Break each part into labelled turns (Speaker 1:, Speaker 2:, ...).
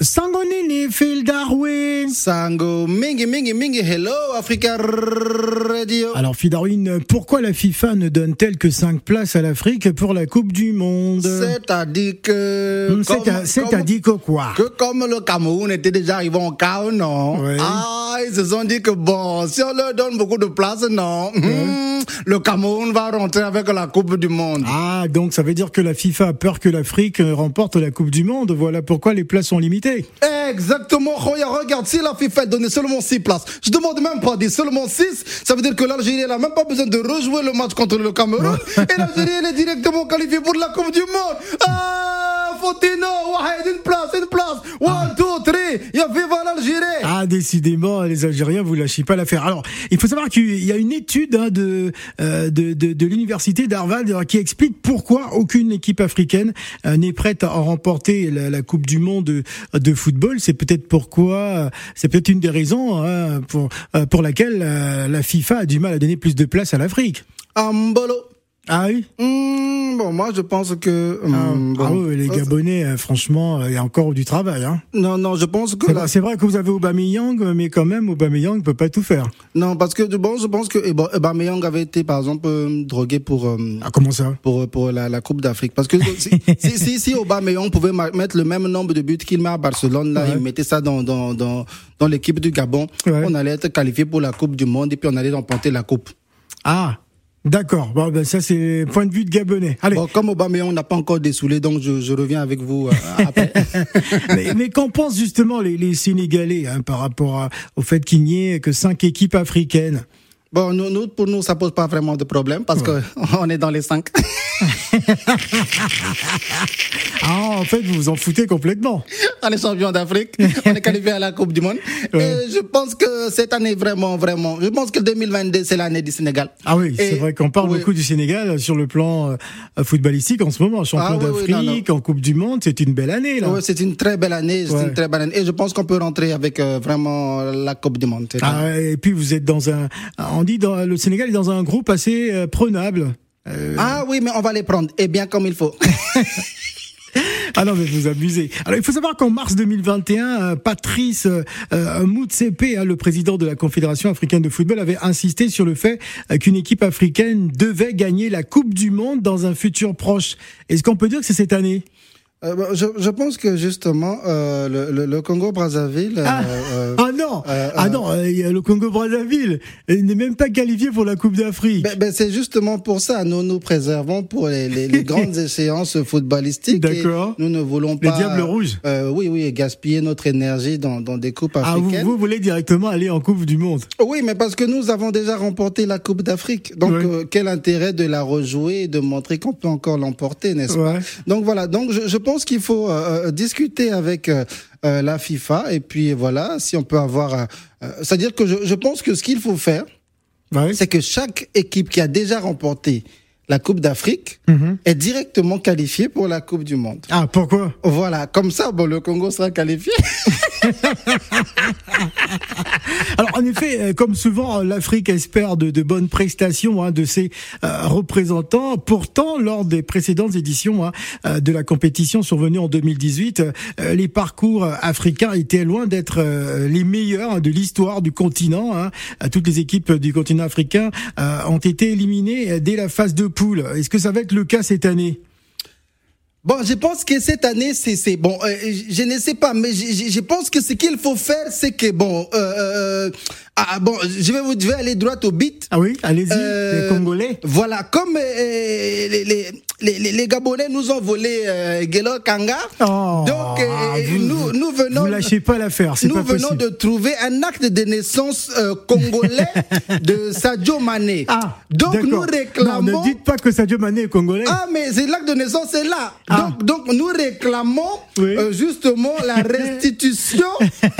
Speaker 1: Sango Nini, Phil Darwin.
Speaker 2: Sango, mingi, mingi, mingi, hello, Africa Radio.
Speaker 1: Alors Phil Darwin, pourquoi la FIFA ne donne-t-elle que 5 places à l'Afrique pour la Coupe du Monde
Speaker 2: euh, C'est-à-dire que.
Speaker 1: Hum, c'est
Speaker 2: comme-
Speaker 1: à-
Speaker 2: comme-
Speaker 1: C'est-à-dire que quoi
Speaker 2: Que comme le Cameroun était déjà arrivé en KO, non
Speaker 1: Ouais.
Speaker 2: Ah, ils se sont dit que bon, si on leur donne beaucoup de place, non. hmm, le Cameroun va rentrer avec la Coupe du Monde.
Speaker 1: Ah, donc ça veut dire que la FIFA a peur que l'Afrique euh, remporte la Coupe du Monde. Voilà pourquoi les places sont limitées.
Speaker 2: Exactement, regarde, regarde, si la FIFA donnait seulement 6 places, je demande même pas 10, seulement 6, ça veut dire que l'Algérie, elle a même pas besoin de rejouer le match contre le Cameroun, et l'Algérie, elle est directement qualifiée pour la Coupe du Monde. Ah, Fotino, Wahed, une place, une place, one, two, three, ya viva l'Algérie.
Speaker 1: Ah, décidément, les Algériens, vous lâchez pas l'affaire. Alors, il faut savoir qu'il y a une étude hein, de, euh, de, de, de l'université d'Harvard euh, qui explique pourquoi aucune équipe africaine euh, n'est prête à remporter la, la Coupe du Monde de, de football. C'est peut-être pourquoi, euh, c'est peut-être une des raisons hein, pour, euh, pour laquelle euh, la FIFA a du mal à donner plus de place à l'Afrique.
Speaker 2: Ambolo.
Speaker 1: Ah oui
Speaker 2: Hmm, bon, moi, je pense que. hmm,
Speaker 1: Ah,
Speaker 2: bon.
Speaker 1: ah oui, les
Speaker 2: Euh,
Speaker 1: Gabonais, euh, franchement, euh, il y a encore du travail. Hein.
Speaker 2: Non, non, je pense que.
Speaker 1: C'est
Speaker 2: la-
Speaker 1: vrai- C'est vrai que vous avez Aubameyang, mais quand même, Aubameyang peut pas tout faire.
Speaker 2: Non, parce que bon, je pense que Eba- Aubameyang avait été, par exemple, euh, drogué pour. euh,
Speaker 1: Ah, comment ça
Speaker 2: pour, pour la, la Coupe d'Afrique. Parce que si, si, si, si Aubameyang pouvait ma- mettre le même nombre de buts qu'il met à Barcelone, là,
Speaker 1: Ouais.
Speaker 2: il mettait ça dans, dans, dans, dans l'équipe du Gabon,
Speaker 1: Ouais.
Speaker 2: on allait être qualifié pour la Coupe du Monde et puis on allait remporter la Coupe.
Speaker 1: Ah, d'accord. Bon, ben, ça, c'est point de vue de Gabonais. Allez,
Speaker 2: Bon, comme Aubameyang n'a pas encore dessoulé, donc je, je reviens avec vous euh, après.
Speaker 1: mais, mais qu'en pensent justement les, les Sénégalais hein, par rapport à- au fait qu'il n'y ait que cinq équipes africaines
Speaker 2: Bon, nous, nous, pour nous, ça pose pas vraiment de problème parce que on est dans les cinq.
Speaker 1: Ah, en fait, vous vous en foutez complètement.
Speaker 2: on est champion d'Afrique, on est qualifié à la Coupe du Monde.
Speaker 1: Ouais.
Speaker 2: Et je pense que cette année, vraiment, vraiment, je pense que 2022, c'est l'année du Sénégal.
Speaker 1: Ah oui, c'est
Speaker 2: Et-
Speaker 1: vrai qu'on parle
Speaker 2: oui.
Speaker 1: beaucoup du Sénégal euh, sur le plan euh, footballistique en ce moment. Champion
Speaker 2: Ah oui, oui,
Speaker 1: d'Afrique,
Speaker 2: non, non.
Speaker 1: en Coupe du Monde, c'est une belle année, là.
Speaker 2: Ouais, c'est une très belle année, c'est
Speaker 1: Ouais.
Speaker 2: une très belle année. Et je pense qu'on peut rentrer avec euh, vraiment la Coupe du Monde. c'est vrai.
Speaker 1: Ah, et puis vous êtes dans un, on dit dans, le Sénégal est dans un groupe assez euh, prenable. Euh,
Speaker 2: Ah oui, mais on va les prendre, et bien comme il faut.
Speaker 1: ah non mais vous abusez. Alors il faut savoir qu'en mars 2021, euh, Patrice euh, euh, Motsepe, hein, le président de la Confédération africaine de football, avait insisté sur le fait euh, qu'une équipe africaine devait gagner la Coupe du Monde dans un futur proche. Est-ce qu'on peut dire que c'est cette année
Speaker 2: Euh, bah, je, je pense que justement, euh, le, le- le Congo-Brazzaville... euh,
Speaker 1: Ah,
Speaker 2: euh,
Speaker 1: ah non,
Speaker 2: euh,
Speaker 1: ah
Speaker 2: euh,
Speaker 1: non, euh, il y a le Congo Brazzaville il n'est même pas qualifié pour la Coupe d'Afrique.
Speaker 2: ben- ben, c'est justement pour ça, nous nous préservons pour les, les- les grandes échéances footballistiques. et
Speaker 1: D'accord.
Speaker 2: Nous ne voulons
Speaker 1: Les
Speaker 2: pas...
Speaker 1: Diables Rouges.
Speaker 2: euh, oui, oui, et gaspiller notre énergie dans, dans des coupes
Speaker 1: Ah, vous,
Speaker 2: africaines.
Speaker 1: vous voulez directement aller en Coupe du Monde
Speaker 2: Oui, mais parce que nous avons déjà remporté la Coupe d'Afrique. Donc,
Speaker 1: Ouais.
Speaker 2: euh, quel intérêt de la rejouer et de montrer qu'on peut encore l'emporter, n'est-ce pas
Speaker 1: Ouais.
Speaker 2: Donc voilà, donc je, je pense qu'il faut euh, euh, discuter avec euh, euh, la FIFA et puis voilà, si on peut avoir... euh, euh, C'est-à-dire que je, je pense que ce qu'il faut faire,
Speaker 1: Ouais.
Speaker 2: c'est que chaque équipe qui a déjà remporté la Coupe d'Afrique
Speaker 1: Mhm.
Speaker 2: est directement qualifiée pour la Coupe du Monde.
Speaker 1: Ah pourquoi
Speaker 2: Voilà, comme ça, bon, le Congo sera qualifié.
Speaker 1: Alors en effet, euh, comme souvent, euh, l'Afrique espère de, de bonnes prestations hein, de ses euh, représentants. Pourtant, lors des précédentes éditions hein, euh, de la compétition survenue en 2018, euh, les parcours euh, africains étaient loin d'être euh, les meilleurs hein, de l'histoire du continent. hein. Euh, Toutes les équipes du continent africain euh, ont été éliminées euh, dès la phase de poule. Est-ce que ça va être le cas cette année
Speaker 2: Bon, je pense que cette année, c'est c'est- bon. euh, je, je ne sais pas, mais je, je- je pense que ce qu'il faut faire, c'est que bon. euh, euh, ah, bon, je vais vous, je vais aller droit au beat.
Speaker 1: Ah oui, allez-y,
Speaker 2: Euh,
Speaker 1: les Congolais.
Speaker 2: Voilà, comme euh, euh, les, les, les, les- les Gabonais nous ont volé euh, Gelo Kanga.
Speaker 1: Oh,
Speaker 2: donc, euh,
Speaker 1: ah, vous-
Speaker 2: nous, nous venons.
Speaker 1: Vous lâchez pas l'affaire, c'est
Speaker 2: Nous
Speaker 1: pas
Speaker 2: venons
Speaker 1: possible.
Speaker 2: de trouver un acte de naissance euh, congolais de Sadio Mané.
Speaker 1: Ah,
Speaker 2: Donc nous
Speaker 1: d'accord.
Speaker 2: réclamons.
Speaker 1: Non, ne dites pas que Sadio Mané est congolais.
Speaker 2: Ah, mais c'est l'acte de naissance, c'est là.
Speaker 1: Ah.
Speaker 2: Donc, donc, nous réclamons
Speaker 1: Oui.
Speaker 2: euh, justement la restitution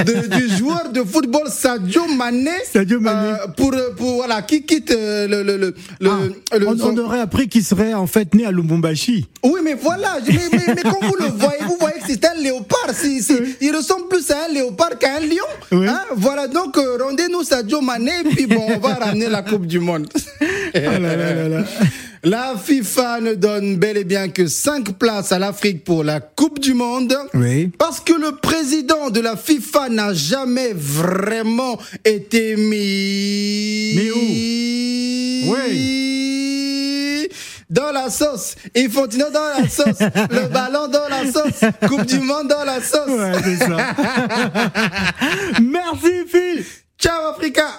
Speaker 2: de- du joueur de football Sadio Mané.
Speaker 1: Sadio Mané.
Speaker 2: euh, pour, pour, voilà, qui quitte euh, le. le, le, le-
Speaker 1: Ah,
Speaker 2: le-
Speaker 1: on, on
Speaker 2: son-
Speaker 1: aurait appris qu'il serait en fait né à Lubumbashi.
Speaker 2: Oui, mais voilà, je- mais, mais- mais quand vous le voyez, vous voyez que c'est un léopard. c'est- c'est- Il ressemble plus à un léopard qu'à un lion.
Speaker 1: Oui.
Speaker 2: Hein, voilà, donc euh, rendez-nous Sadio Mané, puis bon, on va ramener la Coupe du Monde. Eh,
Speaker 1: Ah là là là là.
Speaker 2: La FIFA ne donne bel et bien que 5 places à l'Afrique pour la Coupe du Monde.
Speaker 1: Oui.
Speaker 2: Parce que le président de la FIFA n'a jamais vraiment été mis.
Speaker 1: Mais où
Speaker 2: Dans la sauce. Infantino dans la sauce. le ballon dans la sauce. Coupe du Monde dans la sauce.
Speaker 1: Ouais, c'est ça. Merci Phil
Speaker 2: Ciao, Africa!